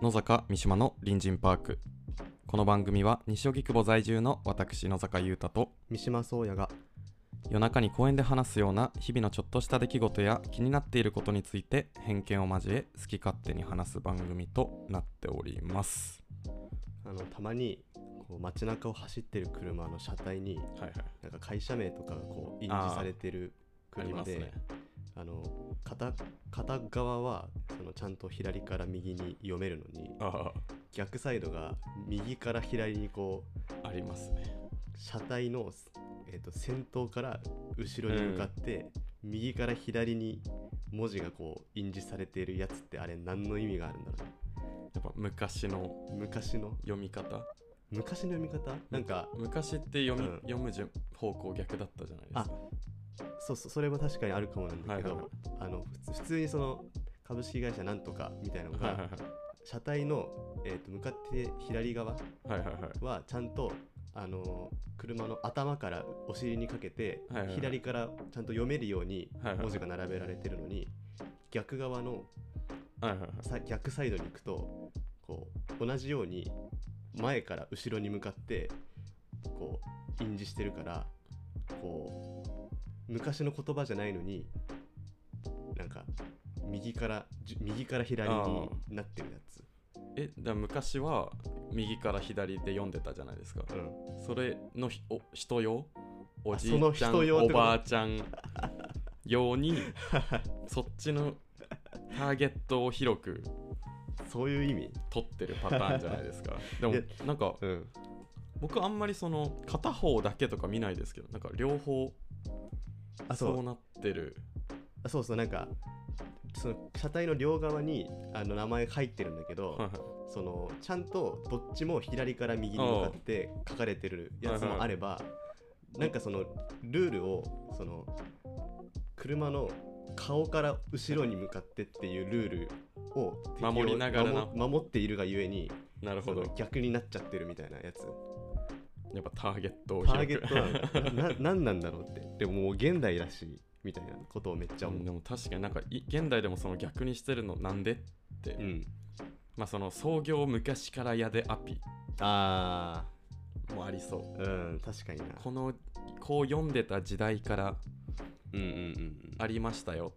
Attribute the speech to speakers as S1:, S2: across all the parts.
S1: 野坂三島の隣人パークこの番組は西荻窪在住の私野坂優太と
S2: 三島宗也が
S1: 夜中に公園で話すような日々のちょっとした出来事や気になっていることについて偏見を交え好き勝手に話す番組となっております
S2: あのたまにこう街中を走ってる車の車体に
S1: はいはい
S2: なんか会社名とかがこう印字されてる
S1: あり
S2: 車
S1: ます
S2: であ、
S1: ね
S2: の片片側はそのちゃんと左から右に読めるのに
S1: あ
S2: 逆サイドが右から左にこう
S1: あありますね
S2: 車体の、えー、と先頭から後ろに向かって、右から左に文字がこう印字されているやつってあれ何の意味があるんだろ
S1: やっぱ昔の
S2: う昔の
S1: 読み方
S2: 昔の読み方なんか
S1: 昔って読み、
S2: うん
S1: 読む順方向逆だったじゃないですか
S2: そうそうそれも確かにあるかもなんだけど、
S1: はいはい
S2: あの普通普通にその株式会社なんとかみたいなのが、
S1: はいはい
S2: 車体の、えー、と向かって左側
S1: はいはいはいはい
S2: はちゃんとあのー車の頭からお尻にかけて、
S1: はいはいはい
S2: 左からちゃんと読めるように
S1: はいはい
S2: 文字が並べられてるのに、逆側の
S1: はいはいはい
S2: さ逆サイドに行くとこう同じように前から後ろに向かってこう印字してるからこう昔の言葉じゃないのになんか右からじ右から左になってるやつ、
S1: えだから昔は右から左で読んでたじゃないですか
S2: うん、
S1: それのひお人用おじ
S2: その
S1: いちゃん
S2: 人用って
S1: お
S2: こと
S1: ばあちゃん用にそっちのターゲットを広く
S2: そういう意味、
S1: 取ってるパターンじゃない ですかでも
S2: いや
S1: なんか
S2: うん、
S1: 僕あんまりその片方だけとか見ないですけどなんか両方
S2: あそう
S1: そうなってる
S2: あそうそうなんかその車体の両側にあの名前入ってるんだけど、
S1: はいはい
S2: そのちゃんとどっちも左から右に向かって書かれてるやつもあれば、なんかそのルールをその車の顔から後ろに向かってっていうルールを適用
S1: 守りながらな
S2: 守守っているがゆえに
S1: なるほど
S2: その逆になっちゃってるみたいなやつ
S1: やっぱターゲットを
S2: ター
S1: 広
S2: ゲ
S1: く
S2: ットなのな 何なんだろうってでももう現代らしいみたいなことをめっちゃ
S1: う
S2: 思
S1: ん
S2: う、
S1: でも確かになんかい現代でもその逆にしてるのなんでって、
S2: うん、
S1: まあその創業昔からやでアピ
S2: あ
S1: もありそう
S2: ーうん確かにな
S1: このこう読んでた時代から
S2: うんうんうん
S1: ありましたよ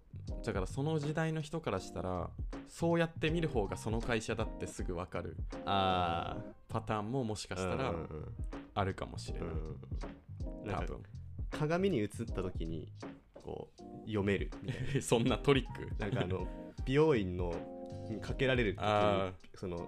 S1: だからその時代の人からしたらそうやって見る方がその会社だってすぐ分かる
S2: あ
S1: パターンももしか
S2: あ
S1: したら
S2: うんうんうん
S1: あるかもしれない、
S2: うん、な
S1: 多
S2: んか
S1: 分
S2: 鏡に映った時にこう読めるみたい
S1: そんなトリック
S2: ななんかあの美容院のにかけられる時
S1: あ
S2: にその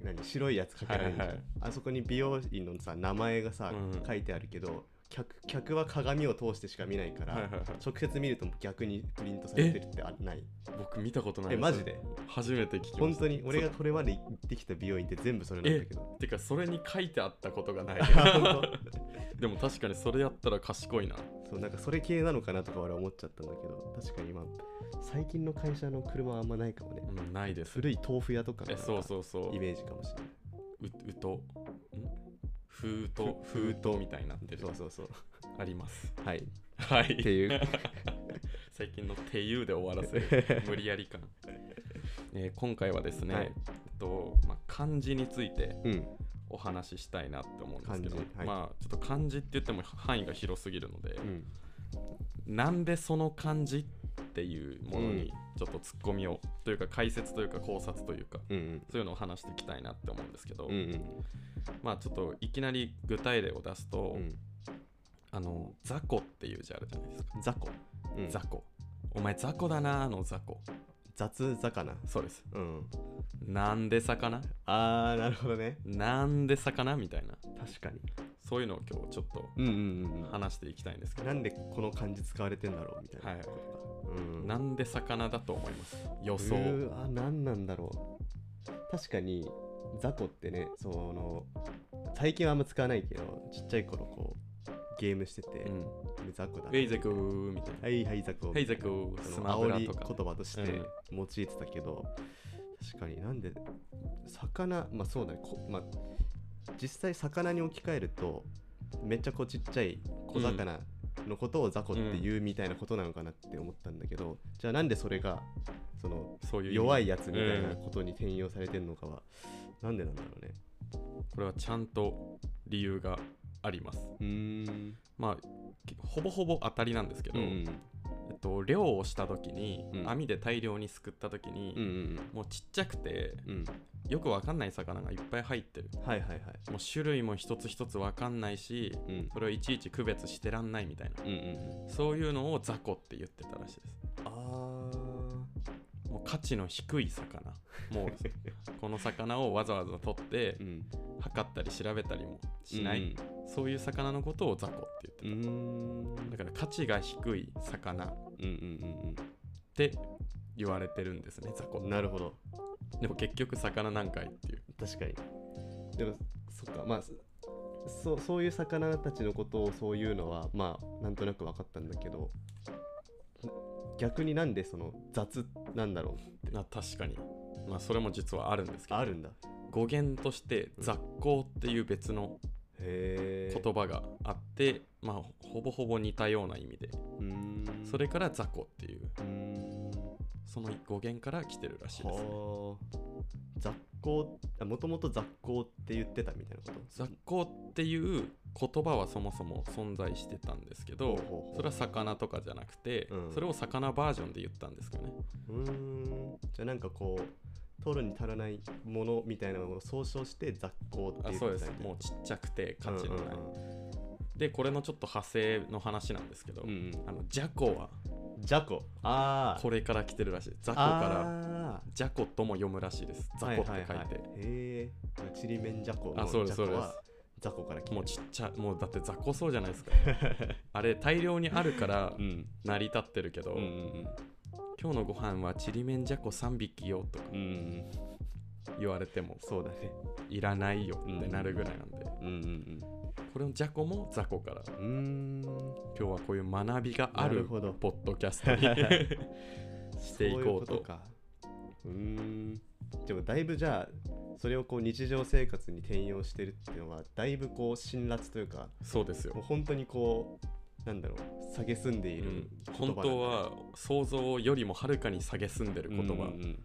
S2: 何白いやつかけられるじゃん、
S1: はいはい
S2: あそこに美容院のさ名前がさ、
S1: うん
S2: 書いてあるけど客客は鏡を通してしか見ないから、
S1: はいはいはい
S2: 直接見ると逆にプリントされてるってあない
S1: 僕見たことない
S2: えマジで
S1: 初めて聞きました
S2: 本当に俺が
S1: そ
S2: これまで行ってきた美容院って全部それなんだけど
S1: てかそれに書いてあったことがない
S2: 本
S1: でも確かにそれやったら賢いな
S2: そうなんかそれ系なのかなとか俺は思っちゃったんだけど確かに今最近の会社の車はあんまないかもね
S1: うんないです
S2: 古い豆腐屋とかの
S1: えそう
S2: う
S1: そうそう
S2: イメージかもしれないう
S1: うとん封筒
S2: ふ
S1: 封筒みたいになってる
S2: そうそうそう
S1: あり ます
S2: はいっ
S1: は
S2: て
S1: い
S2: いう
S1: 最近の「ていう」で終わらせ る無理やり感、えー今回はですね、
S2: はい
S1: えっとまあ、漢字について
S2: うん
S1: お話ししたいなって思うんですけど
S2: 漢、字はい
S1: まあちょっと漢字って言っても範囲が広すぎるので、
S2: うん
S1: なんでその漢字っていうもの
S2: うん
S1: にちょっとツッコミを、というか解説というか考察というか
S2: うん
S1: そういうのを話していきたいなって思うんですけど、
S2: うんうん
S1: まあちょっといきなり具体例を出すと、
S2: うん
S1: あの雑魚っていう字あるじゃないですか雑魚、
S2: うん
S1: 雑魚お前雑魚だなーの雑魚
S2: 雑魚
S1: そうです
S2: うん
S1: なんで魚
S2: あーなるほどね
S1: なんで魚みたいな
S2: 確かに
S1: そういうのを今日ちょっと
S2: うんうんうん
S1: 話していきたいんですけど、
S2: なんでこの漢字使われてんだろうみたいな
S1: はいはい
S2: うん
S1: なんで魚だと思います予想、
S2: うわ何なんだろう確かに雑魚ってねその最近はあんま使わないけどちっちゃい頃こうゲームしてて、
S1: うん、
S2: 雑魚だ
S1: ウェイゼクーみたいな
S2: はいはい雑魚
S1: ウェイゼクース
S2: そ
S1: マ
S2: の
S1: ブラ
S2: 煽り
S1: と
S2: 言
S1: か
S2: 葉として
S1: うん
S2: 用いてたけど、確かになんで魚まあそうだねこ、まあ、実際魚に置き換えるとめっちゃこうちっちゃい小魚のことを雑魚っていうみたいなことなのかなって思ったんだけど、じゃあなんでそれがその
S1: そういう
S2: 弱
S1: い
S2: いやつみたい
S1: うん
S2: なことに転用されてるのかは、なんでなんだろうね
S1: これはちゃんと理由があります
S2: うーん
S1: まあきほぼほぼ当たりなんですけど、
S2: うん
S1: えっと、漁をした時に、
S2: うん
S1: 網で大量にすくった時に、
S2: うんうん
S1: もうちっちゃくて
S2: うんうん
S1: よくわかんない魚がいっぱい入ってる
S2: はいはいはい
S1: もう種類も一つ一つわかんないし
S2: うん
S1: それをいちいち区別してらんないみたいな
S2: うんうんうん
S1: そういうのを雑魚って言ってたらしいで
S2: あ
S1: すもう価値の低い魚もうこの魚をわざわざ取って
S2: ーうん
S1: 測ったり調べたりもしない、そういう魚のことを雑魚って
S2: う
S1: 言
S2: んう
S1: って
S2: んうーん
S1: ただから価値が低い魚っ
S2: うんうん
S1: て言われてるんですね雑魚
S2: うんうんなるほど
S1: でも結局魚なんかいっていう
S2: 確かにでもそっかまあそそうそういう魚たちのことをそういうのはまあなんとなく分かったんだけど逆になんでその雑なんだろう
S1: あ確かにまあそれも実はあるんですけど
S2: あるんだ
S1: 語源として雑魚っていう別の
S2: へえ
S1: 言葉があって、まあほぼほぼ似たような意味で
S2: うーん
S1: それから雑魚っていう
S2: うーん
S1: その語源から来てるらしいです、ね、
S2: はあ雑行あもともと雑行って言ってたみたいなこと
S1: 雑魚っていう言葉はそもそも存在してたんですけ
S2: ほ
S1: ど
S2: うほうほう
S1: それは魚とかじゃなくて、
S2: うん
S1: それを魚バージョンで言ったんですかね
S2: うーんじゃあなんかこう取るに足らないものみたいなものを総称して雑行って
S1: あ
S2: 言ってた
S1: そうで
S2: み
S1: す
S2: たいな
S1: もうちっちゃくて価値のない、
S2: うんうん
S1: でこれのちょっと派生の話なんですけど、
S2: うんうん
S1: あのジャコは
S2: ジャコあー
S1: これから来てるらしいです雑魚から
S2: あ
S1: ジャコとも読むらしいです
S2: ー
S1: 雑魚って書いて、
S2: はははへえちりめんじゃこ
S1: あそうです
S2: ジャコは
S1: そうで
S2: 雑魚から来てる
S1: もうちっちゃもうだって雑魚そうじゃない ですかあれ大量にあるから
S2: うん
S1: 成り立ってるけど、
S2: うんうん
S1: 今日のご飯はちりめんじゃこ3匹よとか
S2: うんうん
S1: 言われても
S2: そうだね
S1: いらないよってなるぐらいなんで、
S2: うんうん
S1: これのじゃこも雑魚から
S2: うんうーん
S1: 今日はこういう学びがあ
S2: な
S1: る
S2: るほど
S1: ポッドキャストに していこう
S2: そいことかうーんでもだいぶじゃあそれをこう日常生活に転用してるっていうのはだいぶこう辛辣というか
S1: そうです
S2: もう
S1: よ、
S2: 本当にこうなんだろう下げすんで
S1: う
S2: いる
S1: ん本
S2: 言葉なんだね
S1: 当は想像よりもはるかに下げすんでる言葉、
S2: うんうんうん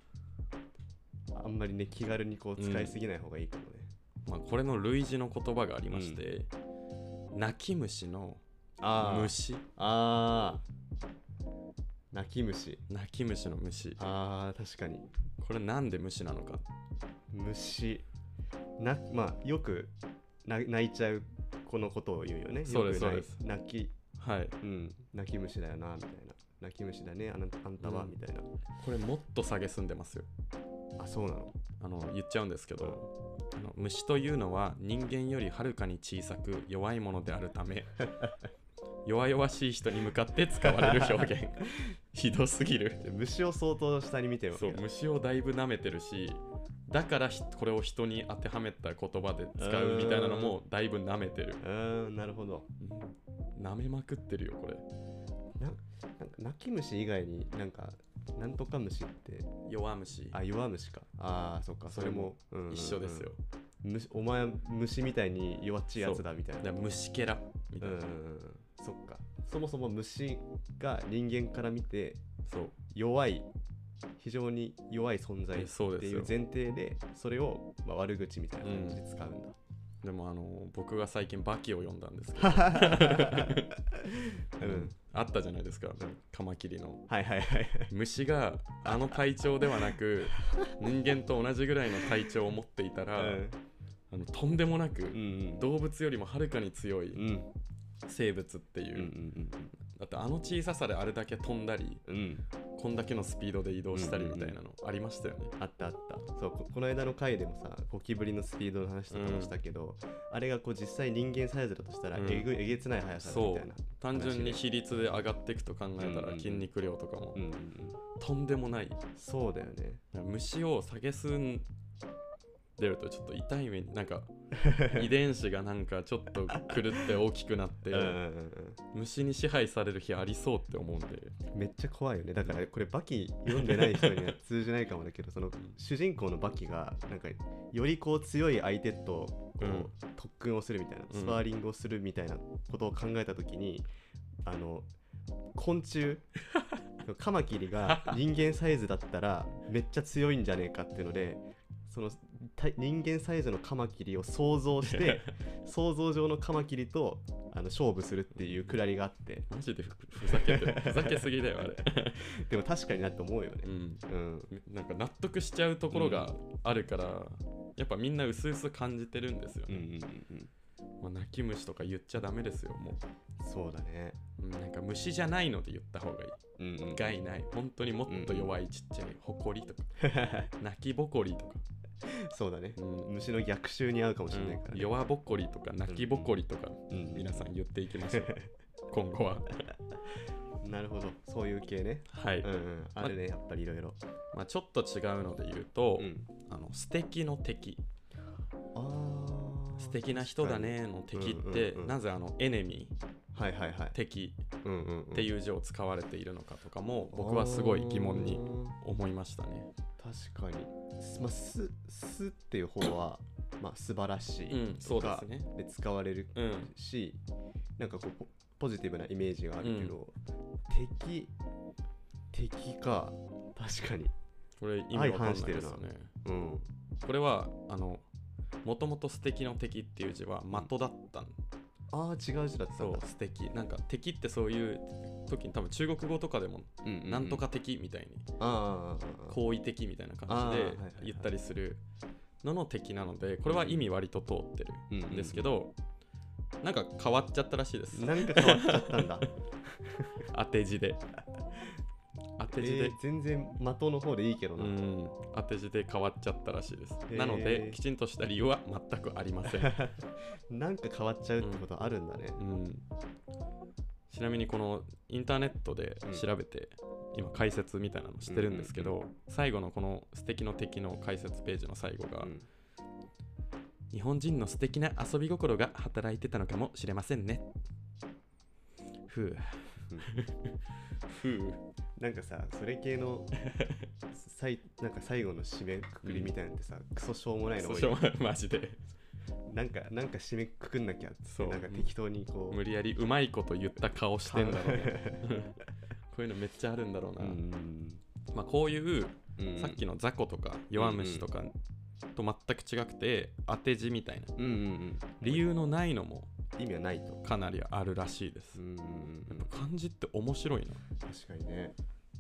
S2: あんまりね気軽にこう使いすぎない方がいいかもね、
S1: まあ、これの類似の言葉がありまして、泣き虫の
S2: あー
S1: 虫
S2: あー泣き虫
S1: 泣き虫の虫
S2: あー確かに
S1: これなんで虫なのか
S2: 虫なまあよくな泣いちゃう子のことを言うよね
S1: そうです
S2: よく
S1: そう
S2: 泣い
S1: です
S2: 泣き
S1: はい
S2: うん泣き虫だよなみたいな泣き虫だねあなあんたは、
S1: うん
S2: みたいな
S1: これもっと下げすんでますよ
S2: あそうなの
S1: あの言っちゃうんですけど、あの虫というのは人間よりはるかに小さく弱いものであるた め弱々しい人に向かって使われる表 現ひどすぎる
S2: じゃあ虫を相当下に見てるわ
S1: そ
S2: け
S1: う
S2: だ
S1: 虫をだいぶ舐めてるしだからひこれを人に当てはめた言葉で使うみたいなのもだいぶ舐めてる
S2: うーんなるほど
S1: うん舐めまくってるよこれ
S2: ななんか泣き虫以外になんかなんとか虫って
S1: 弱虫
S2: あ弱虫かああそっかそれもうんうんうん
S1: 一緒ですよ
S2: 虫お前虫みたいに弱っちいやつだみたい
S1: だか
S2: な
S1: ら虫けらみ
S2: う
S1: たい
S2: んう
S1: なん
S2: うんそっかそもそも虫が人間から見て
S1: そう
S2: 弱い非常に弱い存在
S1: えそう
S2: って
S1: です
S2: い
S1: よ
S2: う前提でそれを、まあ、悪口みたいな感じで 使うんだ、
S1: でもあの僕が最近バキを読んだんですけ
S2: う
S1: ど、
S2: ん
S1: あったじゃないですか、
S2: ん
S1: カマキリの
S2: はいはいはい
S1: 虫があの体調ではな く人間と同じぐらいの体調を持っていたら、あのとんでもなく、
S2: うんうん
S1: 動物よりもはるかに強
S2: う
S1: い
S2: ん
S1: 生物って
S2: う
S1: い
S2: ん
S1: う、
S2: うん
S1: だってあの小ささであれだけ飛んだり
S2: うんうん
S1: こんだけのスピードで移動したりみたいなのありましたよね、
S2: あったあったそうここの間の回でもさゴキブリのスピードの話とかもしたけど、あれがこう実際人間サイズだとしたら
S1: うん
S2: えぐ,、えげつない速さだみたいな
S1: 単純に比率で上がっていくと考えた
S2: うんう
S1: ら
S2: ん
S1: 筋肉量とかも
S2: うんうんうん
S1: とんでもない
S2: そうだよね
S1: 虫を下げすんでるとちょっと痛い目になん か遺伝子がなんかちょっと狂って大きくなって
S2: うんうんうん
S1: 虫に支配される日ありそうって思うんで
S2: うんめっちゃ怖いよねだからこれバキ読んでない人には通じないかもだけ どその主人公のバキがなんかよりこう強い相手とこう、
S1: うん
S2: 特訓をするみたいな
S1: うん
S2: スパーリングをするみたいなことを考えた時に、あの昆 虫カマキリが人間サイズだったらめっちゃ強いんじゃねえかっていうのでそのた人間サイズのカマキリを想像して 想像上のカマキリとあの勝負するっていうくだりがあって
S1: マジでふふざけてるふざけすぎだよあれ
S2: でも確かになって思うよね
S1: うん
S2: うん
S1: なんか納得しちゃうところがあるから、やっぱみんな薄々感じてるんですよ
S2: うんう
S1: ね、
S2: んうん
S1: もう泣き虫とか言っちゃダメですよも
S2: うんそうだね
S1: ううんなんか虫じゃないので言った方がいい
S2: うんうん
S1: 害ない本当にもっと弱いちっちゃいほこり とか泣きぼこりとか、
S2: そうだね
S1: うん
S2: 虫の逆襲に合うかもしれないからね
S1: 弱ぼこりとか泣きぼこりとか
S2: うん
S1: 皆さん言っていきましょう今後は
S2: なるほどそういう系ね
S1: はい、
S2: うんうんあるねやっぱりいろいろ
S1: まあ、ちょっと違うので言うと、
S2: うん
S1: あの素敵の敵
S2: あー
S1: 素敵な人だねの敵って、
S2: うんうんうん
S1: なぜあのエネミー
S2: 確かにはいはいはい
S1: 敵
S2: うんうん
S1: って
S2: うん
S1: いう字を使われているのかとかも僕はすごい疑問に思いましたね
S2: あー確かにすまあすすっていう方はまあ素晴らしい
S1: うんそ
S2: と
S1: うで
S2: か
S1: すね
S2: で使われる
S1: うん
S2: しなんかこうポポジティブなイメージがあるけど、敵敵か確かに
S1: これ意味わかんないです
S2: 相
S1: よ
S2: 反して
S1: ね
S2: うん
S1: これはあのもともと素敵の敵っていう字は的だったん
S2: ああ違う字だった
S1: そ
S2: んだ
S1: う素敵なんか敵ってそういう時に多分中国語とかでも
S2: う、んう
S1: なんとか敵みたいに
S2: あーあーあー
S1: 好意的みたいな感じ
S2: あーは
S1: で
S2: いはいはい
S1: 言ったりするのの敵なのでこれは意味割と通ってるんですけどなんか変わっちゃったらしいです
S2: なんか変わっちゃったんだ
S1: 当て字 で当
S2: え
S1: て字 で
S2: ー、全然的の方でいいけど
S1: う
S2: な、
S1: ん当て字で変わっちゃったらしいです
S2: へー
S1: なのできちんとした理由は全くありません
S2: なんか変わっちゃうってことあるんだね、
S1: うんちなみにこのインターネットで調べて今解説みたいなのしてるんですけ
S2: うん
S1: ど最後のこの「素敵の敵」の解説ページの最後が
S2: うん
S1: 日本人の素敵な遊び心が働いてたのかもしれませんね。ふう。ふう。
S2: なんかさそれ系のさいなんか最後の締めくくりみたいなのってさ、クソしょうもないの多い
S1: そう マジで。
S2: なんかなんか締めくくんなきゃっつって
S1: そう
S2: なんか適当にこう
S1: 無理やりうまいこと言った顔してんだろうな。 こういうのめっちゃあるんだろう
S2: う
S1: な。
S2: ん
S1: まあこういう
S2: うん
S1: さっきの雑魚とか弱虫とかと全く違くて当て字みたいな。
S2: うんうんうん
S1: 理由のないのも
S2: 意味はないと
S1: かなりあるらしいで
S2: う
S1: す。
S2: んうんうん
S1: やっぱ漢字って面白いな。
S2: 確かにね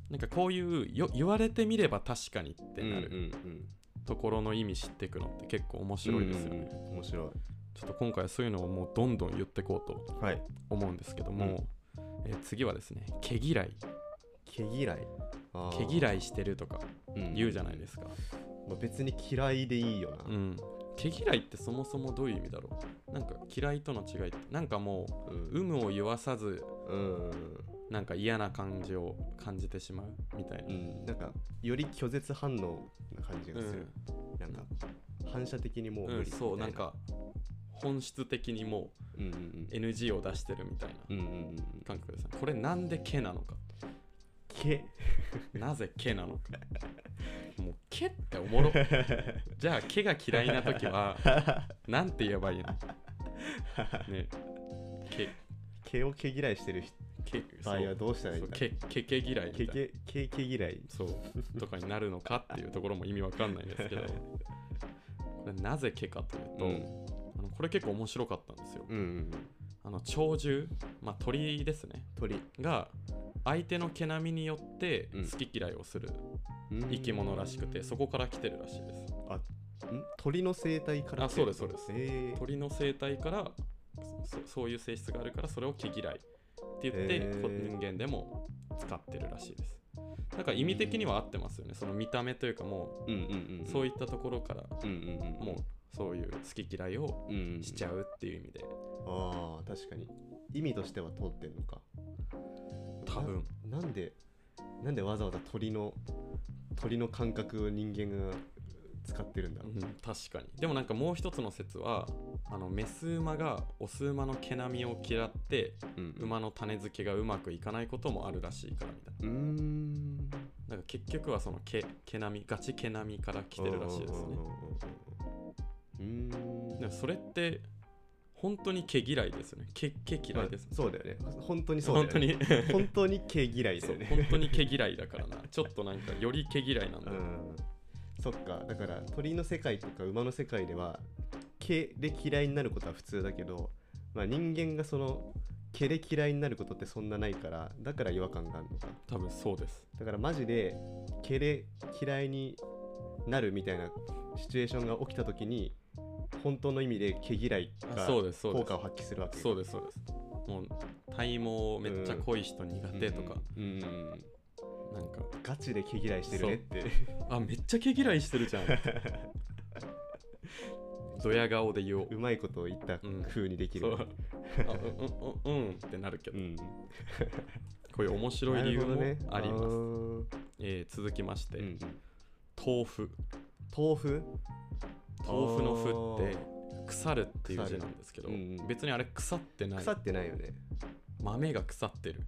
S1: なんかこういうよ言われてみれば確かにってなる。
S2: うんうん
S1: ところの意味知っていくのって結構面白いですよね、
S2: うんうん面白い
S1: ちょっと今回はそういうのをもうどんどん言ってこうと
S2: はい
S1: 思うんですけども、えー次はですね毛嫌い
S2: 毛嫌い
S1: 毛嫌いしてるとか言うじゃないですすか、
S2: まあ、別に嫌いでいいよな
S1: うん毛嫌いってそもそもどういう意味だろうなんか嫌いとの違いってなんかも
S2: う
S1: うん有無を言わさず
S2: うん
S1: なんか嫌な感じを感じてしまうみたいな、
S2: うんなんかより拒絶反応な感じがする、なんか反射的にもう
S1: うん
S2: 無理みたい
S1: そうなんか本質的にも
S2: うんうん
S1: う NG を出してるみたいな
S2: うんうんうんうん
S1: 感覚ですねこれなんで毛なのか
S2: 毛
S1: なぜ毛なのかもう毛っておもろじゃあ毛が嫌いな時 はなんて言えばいいのね毛
S2: 毛を毛嫌いしてる人
S1: 毛
S2: 場合はどうしたらいいん
S1: そう
S2: だ
S1: 毛毛毛嫌いみた
S2: 毛
S1: いな
S2: 毛毛毛嫌い
S1: そうとかになるのかっていうところも意味わかんないですけどこれなぜ毛かというと、
S2: うん
S1: あのこれ結構面白かったんですよ
S2: うんうん
S1: あの鳥獣まあ鳥ですね
S2: 鳥
S1: が相手の毛並みによって
S2: うん
S1: 好き嫌いをする生き物らしくて、そこから来てるらしいです
S2: ん鳥の生態から
S1: あそうですそうです
S2: えー、
S1: 鳥の生態からそそういう性質があるからそれを毛嫌いって言って、
S2: へー
S1: こ人間でも使ってるらしいですなんか意味的には合ってますよねその見た目というかも
S2: うんうんう
S1: うんそうい
S2: い
S1: ったところから
S2: うんうんうん
S1: もうそういう好き嫌いを
S2: うんうんうん
S1: しちゃうっていう意味で
S2: あー確かに意味としては通ってんのか
S1: 多分
S2: ななんでなんでわざわざ鳥の鳥の感覚を人間が使ってるんだろう、
S1: うん確かにでもなんかもう一つの説はあのメス馬がオス馬の毛並みを嫌って
S2: うん
S1: 馬の種付けがうまくいかないこともあるらしいからみたいな
S2: うーん
S1: だから結局はその毛毛並みガチ毛並みから来てるらしいですね
S2: うんうんうんうんうんうーん
S1: でもそれって本当に毛嫌いですよね毛毛嫌いです、
S2: まあそうだよね 本当にそうだ
S1: 本
S2: よ
S1: 当
S2: ね
S1: に
S2: 本当に毛嫌いだ
S1: そ
S2: よ
S1: う
S2: ね
S1: 本当に毛嫌いだからなちょっとなんかより毛嫌いなんだ
S2: う
S1: よ、
S2: んそっかだから鳥の世界とか馬の世界では毛で嫌いになることは普通だけど、まあ、人間がその毛で嫌いになることってそんなないからだから違和感があるのか
S1: 多分そうです
S2: だからマジで毛で嫌いになるみたいなシチュエーションが起きた時に本当の意味で毛嫌い
S1: あ
S2: が
S1: そうですそうです
S2: 効果を発揮するわけ
S1: そう
S2: で
S1: ですそうですもう体毛めっちゃ濃い人苦手とか、
S2: うんうんうん
S1: なんか
S2: ガチで毛嫌いしてるねって
S1: あめっちゃ毛嫌いしてるじゃんドヤ顔で言おう
S2: うまいことを言った風にできる、
S1: そううんあうんうんうんってなるけど、こういう面白い理由もあります、
S2: す、
S1: えー続きまして、
S2: うんうん
S1: 豆腐
S2: 豆腐
S1: 豆腐の「腐」って腐るっていう字なんですけど、
S2: 腐るうんうん
S1: 別にあれ腐ってない
S2: 腐ってないよね
S1: 豆が腐ってる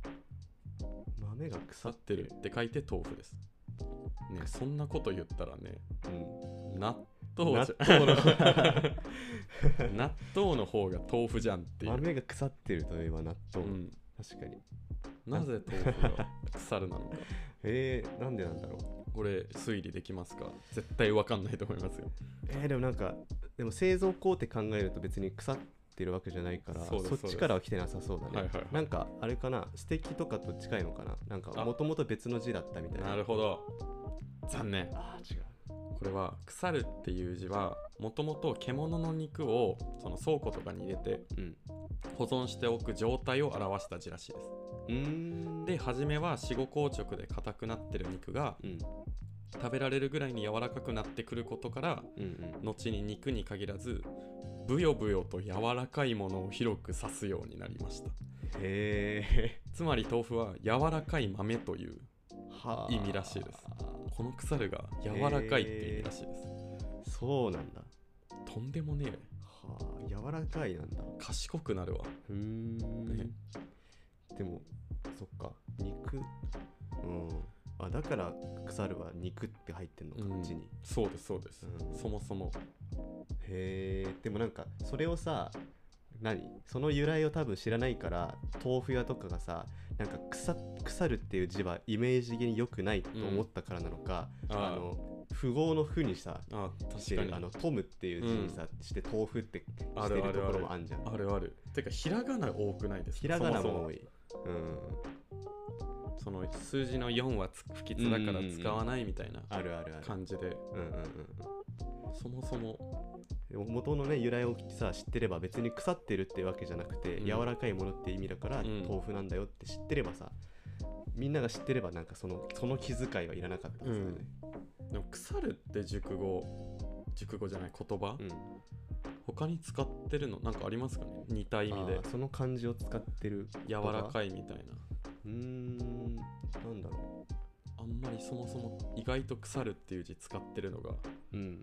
S2: 豆が
S1: 腐
S2: 腐
S1: っ、てるって書いて豆腐ですねそんなこと言ったらね
S2: うん、
S1: 納豆
S2: 納
S1: じゃ
S2: 豆の
S1: 納豆の方が豆腐じゃんっていう、
S2: 豆が腐ってるといえば納
S1: う
S2: 豆、
S1: ん、
S2: 確かに
S1: なぜ豆腐が腐るなのか
S2: えー、なんでなんだろう
S1: これ推理できますか絶対わかんないと思いますよ
S2: えー、でもなんかでも製造工程考えると別に腐ってるわけじゃないから
S1: そう
S2: そ
S1: ですそうです
S2: っちからは来てなさそうだね、
S1: はいはいはい
S2: なんかあれかな素敵とかと近いのかななんか
S1: あ
S2: もともと別の字だったみたいな
S1: なるほど残念
S2: あー違う
S1: これは「腐る」っていう字はもともと獣の肉をその倉庫とかに入れて
S2: うん
S1: 保存しておく状態を表した字らしいです
S2: うーん
S1: で初めは死後硬直で硬くなってる肉が
S2: うん
S1: 食べられるぐらいに柔らかくなってくることから
S2: うんうん
S1: 後に肉に限らずブヨブヨと柔らかいものを広く指すようになりました
S2: へえ
S1: つまり豆腐は柔らかい豆という
S2: はあ
S1: 意味らしいですこの腐るが柔らかいっていう意味らしいです、
S2: そうなんだ
S1: とんでもねえ
S2: はあ柔らかいなんだ
S1: 賢くなるわ
S2: うーん、
S1: ね
S2: でもそっか肉うんあだから腐るは肉って入ってんのか、
S1: うん
S2: 字に
S1: そうですそうです、
S2: うん
S1: そもそも
S2: へえでもなんかそれをさ何その由来を多分知らないから豆腐屋とかがさなんか腐腐るっていう字はイメージ的に良くないと思ったからなのか、
S1: うんあー
S2: あの富豪の「富」にさ
S1: あ
S2: し
S1: 確
S2: て
S1: か
S2: る
S1: に
S2: あのトムっていう字にさ、して豆腐って
S1: あ
S2: して
S1: る
S2: る
S1: ある
S2: ところも
S1: あ
S2: あんじゃん
S1: あるあるてかひらがな多くないですか
S2: ひらがな
S1: そもそ
S2: も
S1: も
S2: 多いうん
S1: その数字の4はつ不吉だから
S2: うんうんうん
S1: 使わないみたいな
S2: あるあるある
S1: 感じで
S2: うんうん
S1: そもそも
S2: うんでも元のね由来をさ知ってれば別に腐ってるってわけじゃなくて、
S1: うん
S2: 柔らかいものって意味だから、
S1: うん
S2: 豆腐なんだよって知ってればさみんなが知ってればなんかそのその気遣いはいらなかったですよね、
S1: でも腐るって熟語熟語じゃない言葉、
S2: うん
S1: 他に使ってるのなんかありますかね似た意味で
S2: あーその漢字を使ってる
S1: 柔ら
S2: い
S1: かいみたいな
S2: うーんなんだろ
S1: あんまりそもそも意外と腐るっていう字使ってるのが
S2: ううん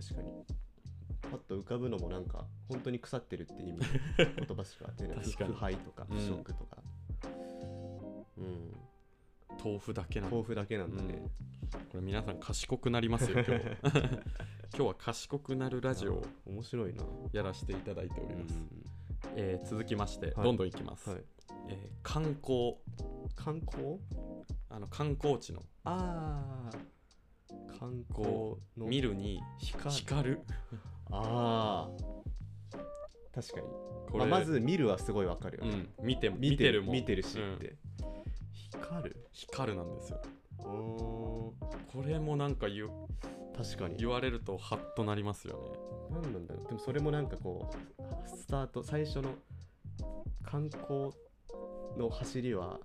S2: 確かにパッと浮かぶのもなんか本当に腐ってるっ て意味の言葉しか出ない
S1: 確かに
S2: 腐敗とか
S1: うん
S2: 腐食とかうん
S1: 豆腐だけなんで
S2: 豆腐だけなんだね、
S1: これ皆さん賢くなりますよ今日 今日は賢くなるラジオを
S2: 面白いな、
S1: やらせていただいております、えー続きまして、
S2: はい
S1: どんどんいきます、
S2: はい、
S1: えー観光
S2: 観光
S1: あの観光地の
S2: ああ観光の
S1: 見るに
S2: 光
S1: 光る
S2: ああ確かに、
S1: こ
S2: ま
S1: れ、
S2: あ、まず見るはすごいわかるよ
S1: う
S2: ね、
S1: ん、見て見
S2: 見て
S1: て
S2: る
S1: るもん
S2: 見てるし
S1: うん
S2: って、光る
S1: 光るなんですよ
S2: お
S1: これもなんか言う
S2: 確かに
S1: 言われるとハッとなりますよね
S2: 何なんだろうでもそれもなんかこうスタート最初の観光の走りは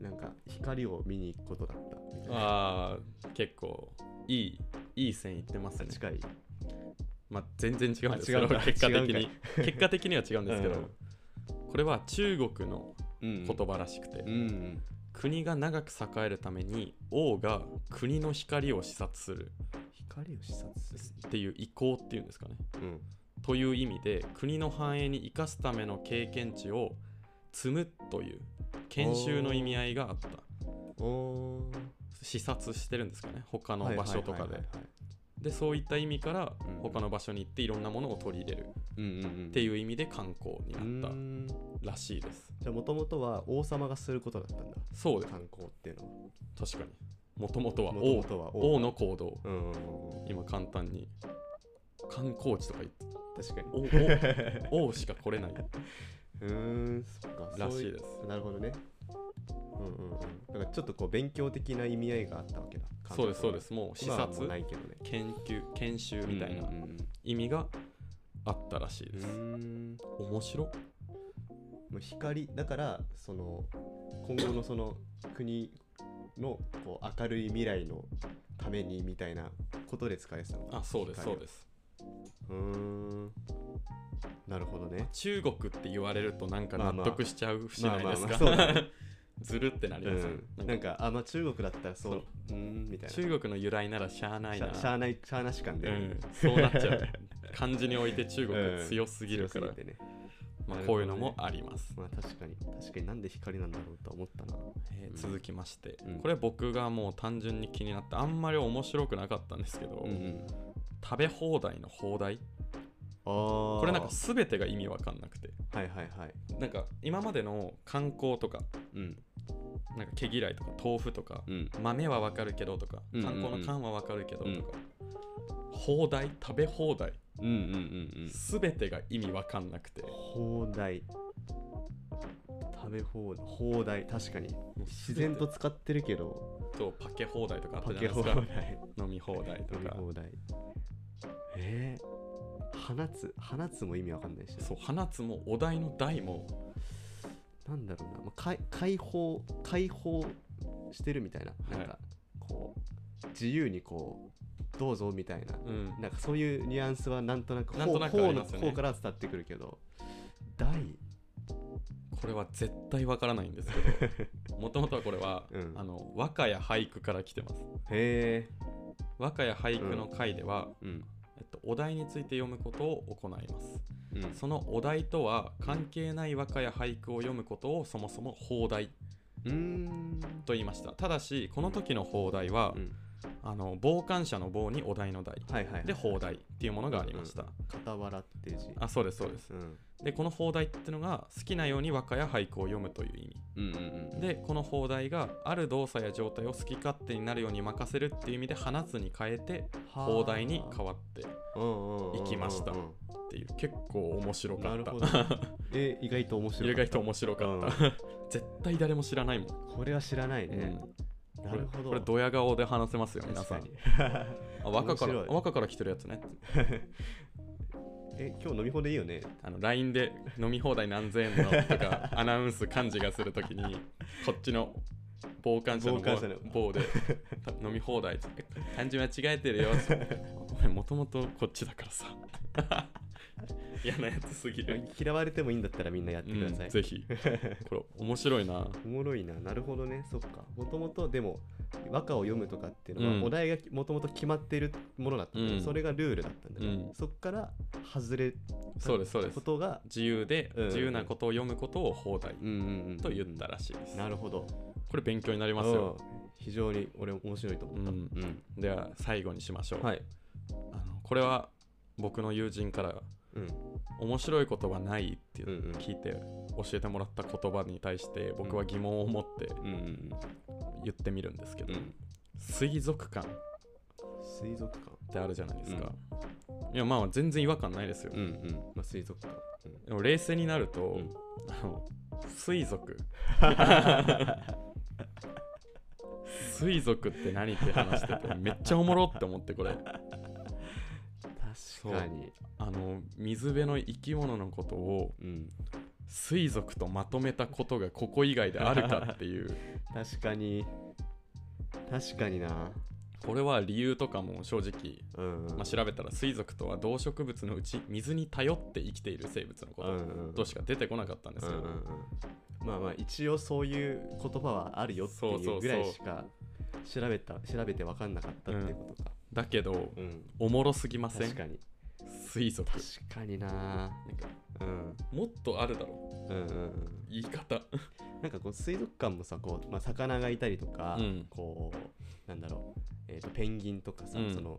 S2: なんか光を見に行くことだったみたいな
S1: あー結構いいいい線いってますね
S2: 近い
S1: まあ、全然違うんですけ
S2: あ違う
S1: ど
S2: んだ
S1: 結果的
S2: 違う
S1: に
S2: ん
S1: 結果的には違うんですけど、
S2: うん
S1: これは中国の
S2: 言
S1: 言葉らしくて、
S2: うん
S1: 国が長く栄えるために王が国の光を視察する
S2: 光を視察す
S1: っていう意向っていうんですかね
S2: る、うん、
S1: という意味で国の繁栄に生かすための経験値を積むという研修の意味合いがあった
S2: おー
S1: 視察してるんですかね他の場所とか
S2: はいはいはい
S1: で
S2: はいはい
S1: でそういった意味から
S2: うん
S1: 他の場所に行っていろんなものを取り入れる、
S2: うんうんうん、
S1: って
S2: う
S1: いう意味で観光になっ
S2: ん
S1: たらしいです
S2: じゃあもともとは王様がすることだったんだ
S1: そうです
S2: 観光っていうのは
S1: 確かにもともとは
S2: もと
S1: 王
S2: もとは王
S1: 王の行動
S2: うん
S1: 今簡単に観光地とか言って
S2: 確かに
S1: 王王王しか来れないう
S2: ーんそっか
S1: ら
S2: そう
S1: し
S2: い
S1: いうです
S2: なるほどねうんうんうんだからちょっとこう勉強的な意味合いがあったわけだ
S1: そうですそうですすもう視
S2: 今はもう
S1: 察
S2: ないけどね
S1: 研究研修みたいな
S2: うんうん
S1: 意味があったらしい
S2: うんう
S1: です、
S2: ん
S1: 面白
S2: もう光だからその今後のその国のこう明るい未来のためにみたいなことで使えてたのか
S1: あそうです
S2: 光
S1: そ
S2: を
S1: うです
S2: うーんなるほどね
S1: 中国って言われるとなんか
S2: まあ
S1: 納
S2: まあ
S1: 得しちゃう節ないです
S2: ま
S1: か
S2: あまあまあそうだ
S1: ずるってなり
S2: う
S1: ます、
S2: ん
S1: な、んか
S2: なんかあまあ中国だったらそう
S1: そう
S2: ーんみたいな
S1: 中国の由来ならしゃあないな
S2: しゃしゃあないしゃあなし感で、
S1: うん、そうなっちゃ う漢字において中
S2: う
S1: 国
S2: ん
S1: 強すぎる
S2: 強
S1: か
S2: す
S1: ら、
S2: ぎてね
S1: まあ、
S2: なる
S1: こう
S2: ほ
S1: いう
S2: どね
S1: のもあります、
S2: まあ確かに確かになんで光なんだろうとは思ったな
S1: えー
S2: うん
S1: 続きまして、
S2: うん
S1: これは僕がもう単純に気になってあんまり面白くなかったんですけど、
S2: ん
S1: 食べ放題の放題
S2: あ
S1: これなんか全てが意味わかんなくて
S2: はいはいはい
S1: なんか今までの観光とか
S2: うん
S1: なんか毛嫌いとか豆腐とか、
S2: うん
S1: 豆はわかるけどとか
S2: うんうんうん
S1: 観光の缶はわかるけどとか、放題食べ放題
S2: うんうんうんうん
S1: 全てが意味わかんなくて
S2: 放題食べ放題放題確かに自然と使ってるけど
S1: とパケ放題とかあっ
S2: パ
S1: たじゃな
S2: ケ
S1: いで
S2: 放
S1: すか
S2: 題
S1: 飲み放題と
S2: 飲み
S1: か
S2: 放題えー、放つ放つも意味わかんないし
S1: そう放つもお題の題も
S2: なんだろうな、まあ、解解放解放してるみたいな,、
S1: はい
S2: なんかこう自由にこうどうぞみたいな
S1: うん
S2: なんかそういうニュアンスはなんとなく
S1: なんとなくあ
S2: 方
S1: り
S2: の
S1: ますよね
S2: 方から伝わってくるけど大
S1: これは絶対わからないんですけど もともとはこれは、
S2: うん
S1: あの和歌や俳句から来てます
S2: へえ
S1: 和歌や俳句の回では、
S2: うん
S1: えっと、お題について読むことを行います
S2: うん
S1: そのお題とは関係ない和歌や俳句を読むことをそもそも放題
S2: うーん
S1: と言いましたただしこの時の放題は、
S2: うん
S1: あの傍観者の棒にお題の題
S2: はいはいはい
S1: で放題っていうものがありました、
S2: うん傍らって字
S1: あそうですそうです
S2: うん
S1: でこの放題ってのが好きなように和歌や俳句を読むという意味
S2: うんうんうん
S1: でこの放題がある動作や状態を好き勝手になるように任せるっていう意味で放つに変えて放題に変わってっ
S2: 行
S1: 行きましたていう結構面白か
S2: な
S1: っ
S2: る
S1: た
S2: ほど え意外と面白
S1: 意
S2: い
S1: 外と面白かった、 絶対誰も知らないもん、
S2: これは知らない
S1: うん
S2: ね、な
S1: これ
S2: るほど
S1: これドヤ顔で話せますよ皆
S2: 確
S1: さ
S2: か
S1: ん
S2: に
S1: あ若から
S2: 面白い
S1: 若から来てるやつね
S2: え今日飲み放題いいよね
S1: あの LINE で飲み放題何千円のと かアナウンス漢字がするときにこっちの傍観者の
S2: 傍観者の
S1: 棒棒でた飲み放題って漢字間違えてる よお前もともとこっちだからさ 嫌なやつすぎる、
S2: 嫌われてもいいんだったらみんなやって
S1: う
S2: ください、
S1: ん、ぜひこれ面白いな
S2: おもろいな、なるほどね、そっか。もともとでも和歌を読むとかっていうのは、
S1: うん
S2: お題がもともと決まっているものだったんだよね、
S1: うん
S2: それがルールだったんだよね、
S1: うん
S2: そっから外れた
S1: そうですそうです
S2: ことが、
S1: 自由で
S2: うん
S1: 自由なことを読むことを放題
S2: うんうんうん
S1: と言ったらしいです
S2: なるほど。
S1: これ勉強になりますよ
S2: うん非常に俺面白いと思った。
S1: うん
S2: うん
S1: では最後にしましょう、
S2: はい。
S1: あのこれは僕の友人から
S2: うん
S1: 面白い言葉ないっていううん
S2: うん
S1: 聞いて教えてもらった言葉に対して僕は疑問を持って
S2: うんうん
S1: 言ってみるんですけ
S2: う
S1: ど、
S2: ん
S1: 水族館っ
S2: 水族館。
S1: てあるじゃないですか、いやまあ全然違和感ないですよ、
S2: うんうん。まあ、水族館。
S1: でも冷静になると、
S2: うん
S1: あの水族水族って何って話しててめっちゃおもろって思ってこれ
S2: 確かに。
S1: あの水辺の生き物のことを
S2: うん、
S1: 水族とまとめたことがここ以外であるかって いう
S2: 確かに。確かにな。
S1: これは理由とかも正直、
S2: うんうん。
S1: まあ、調べたら水族とは動植物のうち水に頼って生きている生物のこ
S2: う
S1: と
S2: んうんうん
S1: としか出てこなかったんですけど、
S2: うんうんうんまあまあ一応そういう言葉はあるよって
S1: そうそう
S2: い
S1: そうう
S2: ぐらいしか調べた調べて分かんなかったっていうことか、
S1: だけど
S2: うん
S1: おもろすぎませ
S2: 確
S1: ん
S2: かに
S1: 水族
S2: 確かにな
S1: なんか
S2: うん
S1: もっとあるだろ
S2: うんうんうん
S1: 言い方
S2: なんかこう水族館もさこう、まあ、魚がいたりとか、
S1: うん
S2: こうなんだろう、えー、とペンギンとかさ、
S1: うん
S2: その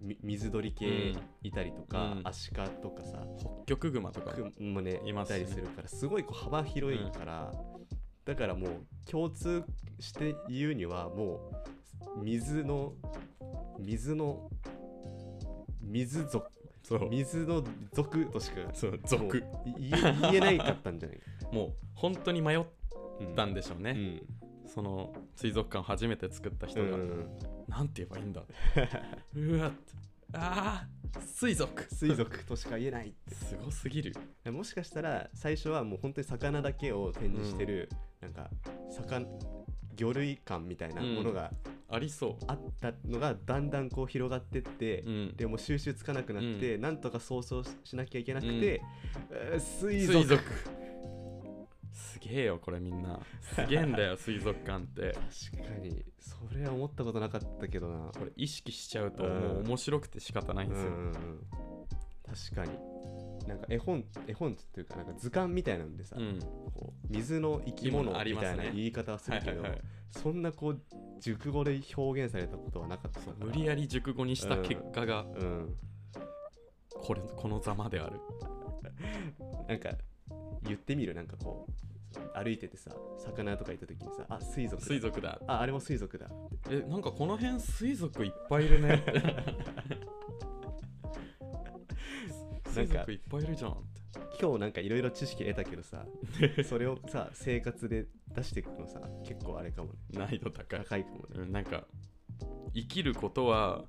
S2: み水鳥系
S1: うん
S2: いたりとか、
S1: うん
S2: アシカとかさ
S1: 北極熊とか
S2: クもね
S1: い
S2: い
S1: ます
S2: た
S1: ね
S2: りするからすごいこう幅広いから、だからもう共通して言うにはもう水の水の水族
S1: そう
S2: 水の族としか
S1: そう族
S2: もうい言え言えないかったんじゃないか、
S1: もう本当に迷っ
S2: うん
S1: たんでしょうね、
S2: うん
S1: その水族館を初めて作った人
S2: う
S1: が、
S2: ん
S1: なんて言えばいいんだうわあー水族
S2: 水族としか言えない
S1: すごすぎる
S2: もしかしたら最初はもう本当に魚だけを展示してる、なんか魚魚類館みたいなものが
S1: ありそ
S2: あったのがだんだんこう広がってって、
S1: う、うん、
S2: でもう収集つかなくなって、なんとか想像しなきゃいけなくて、えー水族
S1: 水族すげえよこれみんなすげえんだ よ水族館って
S2: 確かにそれは思ったことなかったけどな
S1: これ意識しちゃうと
S2: うん
S1: もう面白くて仕方ないん
S2: う
S1: で
S2: んう
S1: す
S2: ん
S1: よ、
S2: うん確かになんか絵本絵本っていうかなんか図鑑みたいなんでさ、
S1: うん
S2: こう水の生
S1: 生き
S2: き物
S1: 物あり
S2: み
S1: ま
S2: た
S1: す
S2: い
S1: ね
S2: な言い方はす
S1: は
S2: る
S1: いは
S2: け
S1: い
S2: ど、
S1: はい
S2: そんなこう熟語で表現されたことはなかった
S1: そう
S2: から
S1: 無理やり熟語にした結果が
S2: うん
S1: これこのざまである
S2: なんか言ってみるなんかこう歩いててさ魚とかいた時にさあ水族だ
S1: 水族だ
S2: ああれも水 族だ
S1: えなんかこの辺水族いっぱいい るね水族いっぱいいるじゃんって
S2: 今日なんかいろいろ知識得たけ どさそれをさ生活で出していくのさ結構あれかもね
S1: 難易度高い、
S2: 高いかもね
S1: うん、なんか生きることは、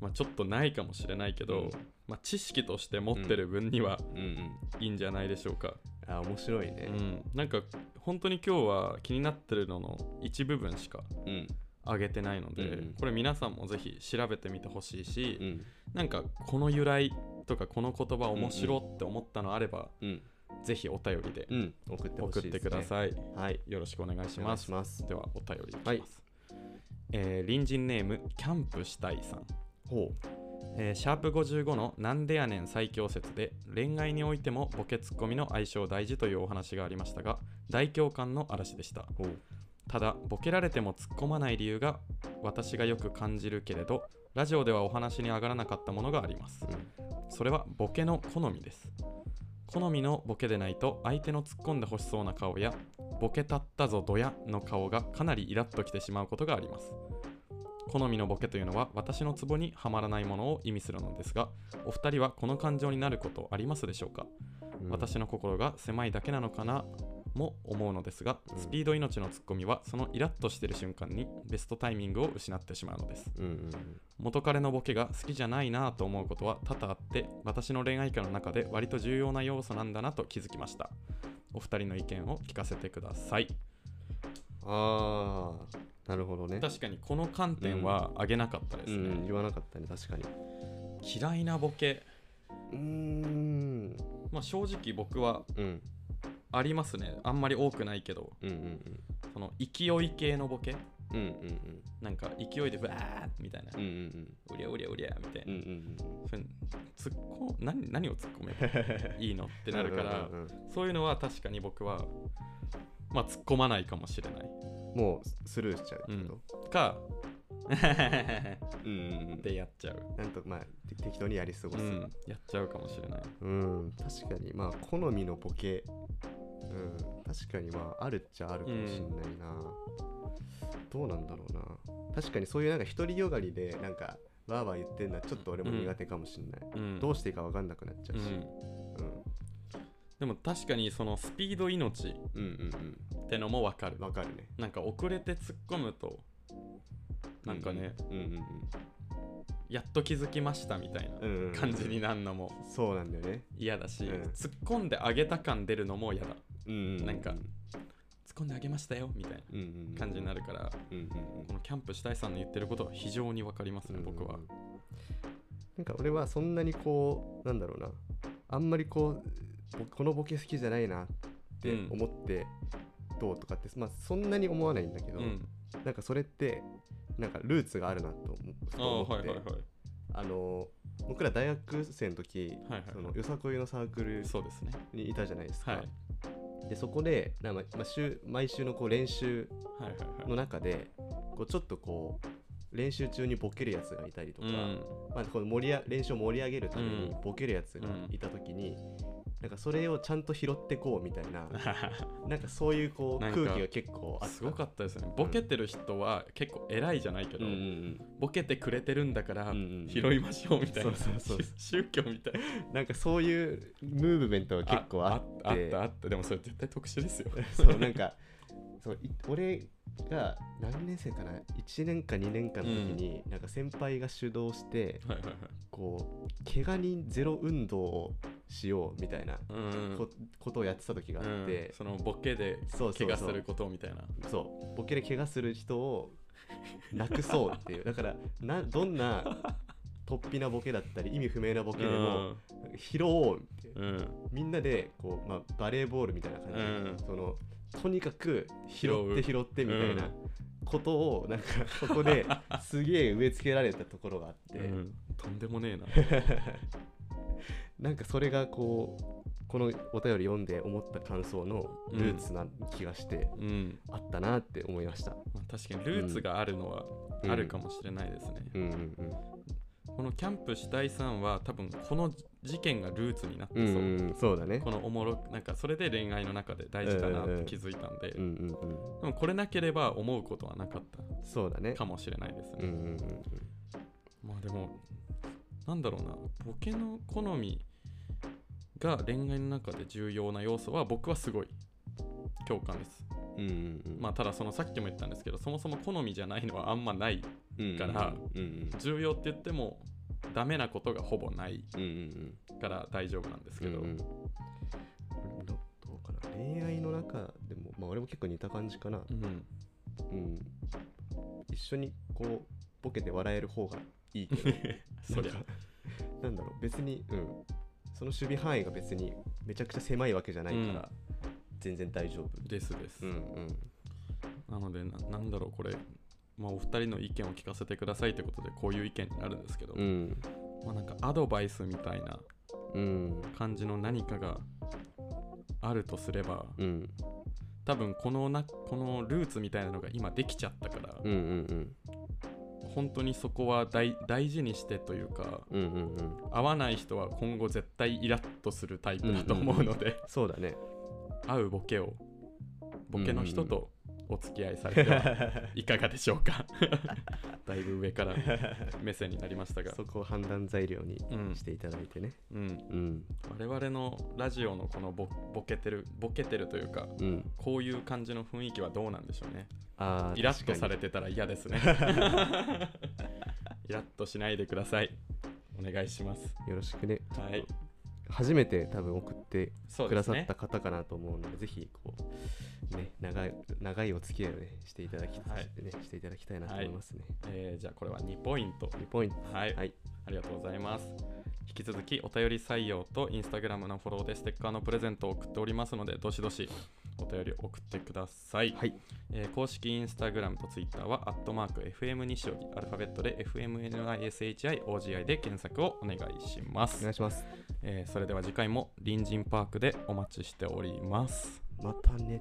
S1: まあ、ちょっとないかもしれないけど、
S2: うん
S1: まあ、知識として持ってる分には
S2: うんうん
S1: いいんじゃないでしょうか、
S2: あ面白いね
S1: うんなんか本当に今日は気になってるのの一部分しか
S2: うん
S1: 上げてないので、
S2: うんうん
S1: これ皆さんもぜひ調べてみてほしいし、
S2: うん
S1: なんかこの由来とかこの言葉面白って思ったのあれば、
S2: うん
S1: ぜひお便りで
S2: うん送ってほし
S1: 送
S2: い
S1: っ
S2: です
S1: てく
S2: ね
S1: ださい。
S2: はい
S1: よろしくお願いし
S2: お願
S1: ま
S2: い
S1: す。
S2: します
S1: ではお便りいきます、
S2: はい
S1: えー隣人ネームキャンプしたいさん、
S2: ほ
S1: えーシャープ55のなんでやねん最強説で恋愛においてもボケツッコミの相性大事というお話がありましたが大共感の嵐でした
S2: うほう
S1: ただボケられても突っ込まない理由が私がよく感じるけれどラジオではお話に上がらなかったものがありますそれはボケの好みです好みのボケでないと相手の突っ込んでほしそうな顔やボケたったぞドヤの顔がかなりイラッときてしまうことがあります好みのボケというのは私のツボにはまらないものを意味するのですがお二人はこの感情になることありますでしょうか、
S2: うん
S1: 私の心が狭いだけなのかなも思うのですが
S2: うん
S1: スピード命のツッコミはそのイラッとしてる瞬間にベストタイミングを失ってしまうのです
S2: うんうん
S1: 元彼のボケが好きじゃないなぁと思うことは多々あって私の恋愛観の中で割と重要な要素なんだなと気づきましたお二人の意見を聞かせてください
S2: ああなるほどね
S1: 確かにこの観点は上げなかったです
S2: う
S1: ね、
S2: ん言わなかったね確かに
S1: 嫌いなボケ
S2: うーん
S1: まあ正直僕は
S2: うん
S1: ありますねあんまり多くないけど
S2: うんうん
S1: その勢い系のボケ
S2: うんうんうん
S1: なんか勢いでわーッみたいな、
S2: うんうん
S1: うりゃうりゃうりゃみたい
S2: うんう
S1: な、
S2: んうん
S1: それ突っ込何何を突っ込めば
S2: っ
S1: いいのってなるから、
S2: うんうん
S1: そういうのは確かに僕は、まあ、突っ込まないかもしれない。
S2: うんもうスルーしちゃうけど
S1: か、
S2: うんうんうん
S1: でやっちゃう。
S2: なんとまあて適当にやり過ご
S1: う
S2: す
S1: ん、やっちゃうかもしれない。
S2: うん確かにまあ好みのボケうん確かにまああるっちゃあるかもしんないなどうなんだろうな確かにそういうなんか独りよがりでなんかわーわー言ってんのはちょっと俺も苦手かもしんない
S1: うん、
S2: ど
S1: う
S2: うしていいか分かんなくなっちゃうし
S1: ん、
S2: うん
S1: でも確かにそのスピード命
S2: うんうん
S1: ってのもわかる
S2: うん。わかるね
S1: なんか遅れて突っ込むと、なんかね、
S2: うんうん
S1: やっと気づきましたみたい
S2: うんうんうん
S1: な感じになるのも
S2: うんそうなんだよね
S1: 嫌だし、
S2: うん
S1: 突っ込んであげた感出るのも嫌だ。
S2: うんうんう
S1: なんか突っ込んであげましたよみたいな
S2: うんうんうん
S1: 感じになるから、
S2: うんうんうん
S1: このキャンプしたいさんの言ってることは非常にわかりますね、僕は
S2: うん。なんか俺はそんなにこうなんだろうなあんまりこうぼこのボケ好きじゃないなって
S1: うん
S2: 思ってどうとかって、まあそんなに思わないんだけど、
S1: うん、
S2: なんかそれってなんかルーツがあるなと思ふ
S1: あ
S2: と
S1: あ
S2: 思
S1: は
S2: っ
S1: い
S2: て
S1: はいはい
S2: あの僕ら大学生の時、
S1: はいはい
S2: そのよさこいのサークル
S1: そうですね
S2: にいたじゃないですか、
S1: はいはい
S2: でそこでなんか、まあ、週毎週のこう練習
S1: はいはい
S2: の中でこうちょっとこう練習中にボケるやつがいたりと
S1: う
S2: か、
S1: ん
S2: まあ、この盛りあ練習を盛り上げるために
S1: うん
S2: ボケるやつがいた時に、なんかそれをちゃんと拾ってこうみたいな なんかそういうこう
S1: なんか
S2: 空気が結構あった
S1: すごかったですねボケてる人は結構偉いじゃないけ
S2: う
S1: ど、
S2: んうん
S1: ボケてくれてるんだから
S2: うんうん
S1: 拾いましょうみたいな、
S2: そうそうそう
S1: 宗教みたい
S2: うん、なんかそういうムーブメントが結構あって
S1: ああったあったでもそれ絶対特殊 ですよ
S2: そうなんかそうい俺が何年生かな1年か2年かの時に、なんか先輩が主導して
S1: はいはいはい
S2: こう怪我人ゼロ運動をしようみたいな
S1: うんうん
S2: こ,、とをやってた時があっ
S1: うん
S2: て、
S1: そのボケで
S2: そうそ
S1: 怪
S2: う
S1: 我
S2: そ
S1: す
S2: う
S1: ることみたいな
S2: そうボケで怪我する人をなくそうっていうだからなどんな突飛なボケだったり意味不明なボケでも拾おうって
S1: うんうん
S2: みんなでこう、まあ、バレーボールみたいな感じで、
S1: うん
S2: そのとにかく
S1: 拾
S2: 拾っ
S1: う
S2: て拾ってみたいなことをなんかここですげえ植え付けられたところがあって、
S1: うんとんでもねえな
S2: なんかそれがこうこのお便り読んで思った感想のルーツな気がして、
S1: うん、
S2: あったなって思いました。
S1: まあ確かにルーツがあるのはあるかもしれないですね、
S2: うんうんうん
S1: このキャンプ主体さんは多分この事件がルーツになって
S2: う、
S1: そうん
S2: うん、そうだね
S1: こ。のおもろなんかそれで恋愛の中で大事だなって気づいたんで、
S2: うんうんうん、
S1: でもこれなければ思うことはなかっ
S2: そうだね
S1: た。かもしれないです
S2: うんう
S1: ね、
S2: ん
S1: まあでもなんだろうなボケの好みが恋愛の中で重要な要素は僕はすごい共感です
S2: うんうんうんうん
S1: まあただそのさっきも言ったんですけどそもそも好みじゃないのはあんまない
S2: うん
S1: から
S2: うんうん
S1: 重要って言ってもダメなことがほぼない
S2: うんうん
S1: から大丈夫なんですけど、
S2: うんうんどどうかな恋愛の中でも、まあ、俺も結構似た感じかな、
S1: うん
S2: うん、一緒にこうボケて笑える方がいい けど
S1: そりゃ
S2: なんかなんだろう別に、うん、その守備範囲が別にめちゃくちゃ狭いわけじゃないから、全然大丈夫、
S1: ですです、
S2: うんうん、
S1: なのでななんだろうこれ、まあ、お二人の意見を聞かせてくださいってことでこういう意見になるんですけど、
S2: うん
S1: まあ、なんかアドバイスみたいな
S2: うん
S1: 感じの何かがあるとすれば
S2: うん
S1: 多分このなこのルーツみたいなのが今できちゃったから、
S2: うんうん
S1: 本当にそこは大大事にしてというか
S2: うんうんうんうん
S1: 合わない人は今後絶対イラッとするタイプだと思うので、
S2: そうだね
S1: 合うボケをボケの人とお付き合いされて はいかがでしょう かだいぶ上 から目線になりましたが
S2: そこを判断材料に
S1: うん
S2: していただいてね
S1: うん、
S2: うん
S1: 我々のラジオのこのボボケてるボケてるというか
S2: うん
S1: こういう感じの雰囲気はどうなんでしょうね
S2: あー
S1: イラッ
S2: 確か
S1: と
S2: に
S1: されてたら嫌ですねイラッとしないでくださいお願いします
S2: よろしくね
S1: はい
S2: 初めて多分送って
S1: そう
S2: く
S1: で
S2: だ
S1: す
S2: さっ
S1: ね
S2: た方かなと思うのでぜひこうね長い長いお付き合いをねしていただき、
S1: はい
S2: ねしていただきたいなと
S1: は
S2: 思
S1: い
S2: いますね、
S1: えーじゃあこれは2ポイント
S2: 2ポイント
S1: はい、
S2: はい
S1: ありがとうございます引き続きお便り採用とインスタグラムのフォローでステッカーのプレゼントを送っておりますのでどしどしお便り送ってください、
S2: はい
S1: えー公式インスタグラムとツイッターはアットマーク FM 西荻アルファベットで FMNISHIOGI で検索をお願いしま
S2: お
S1: す、
S2: 願いします
S1: えーそれでは次回も隣人パークでお待ちしております
S2: またね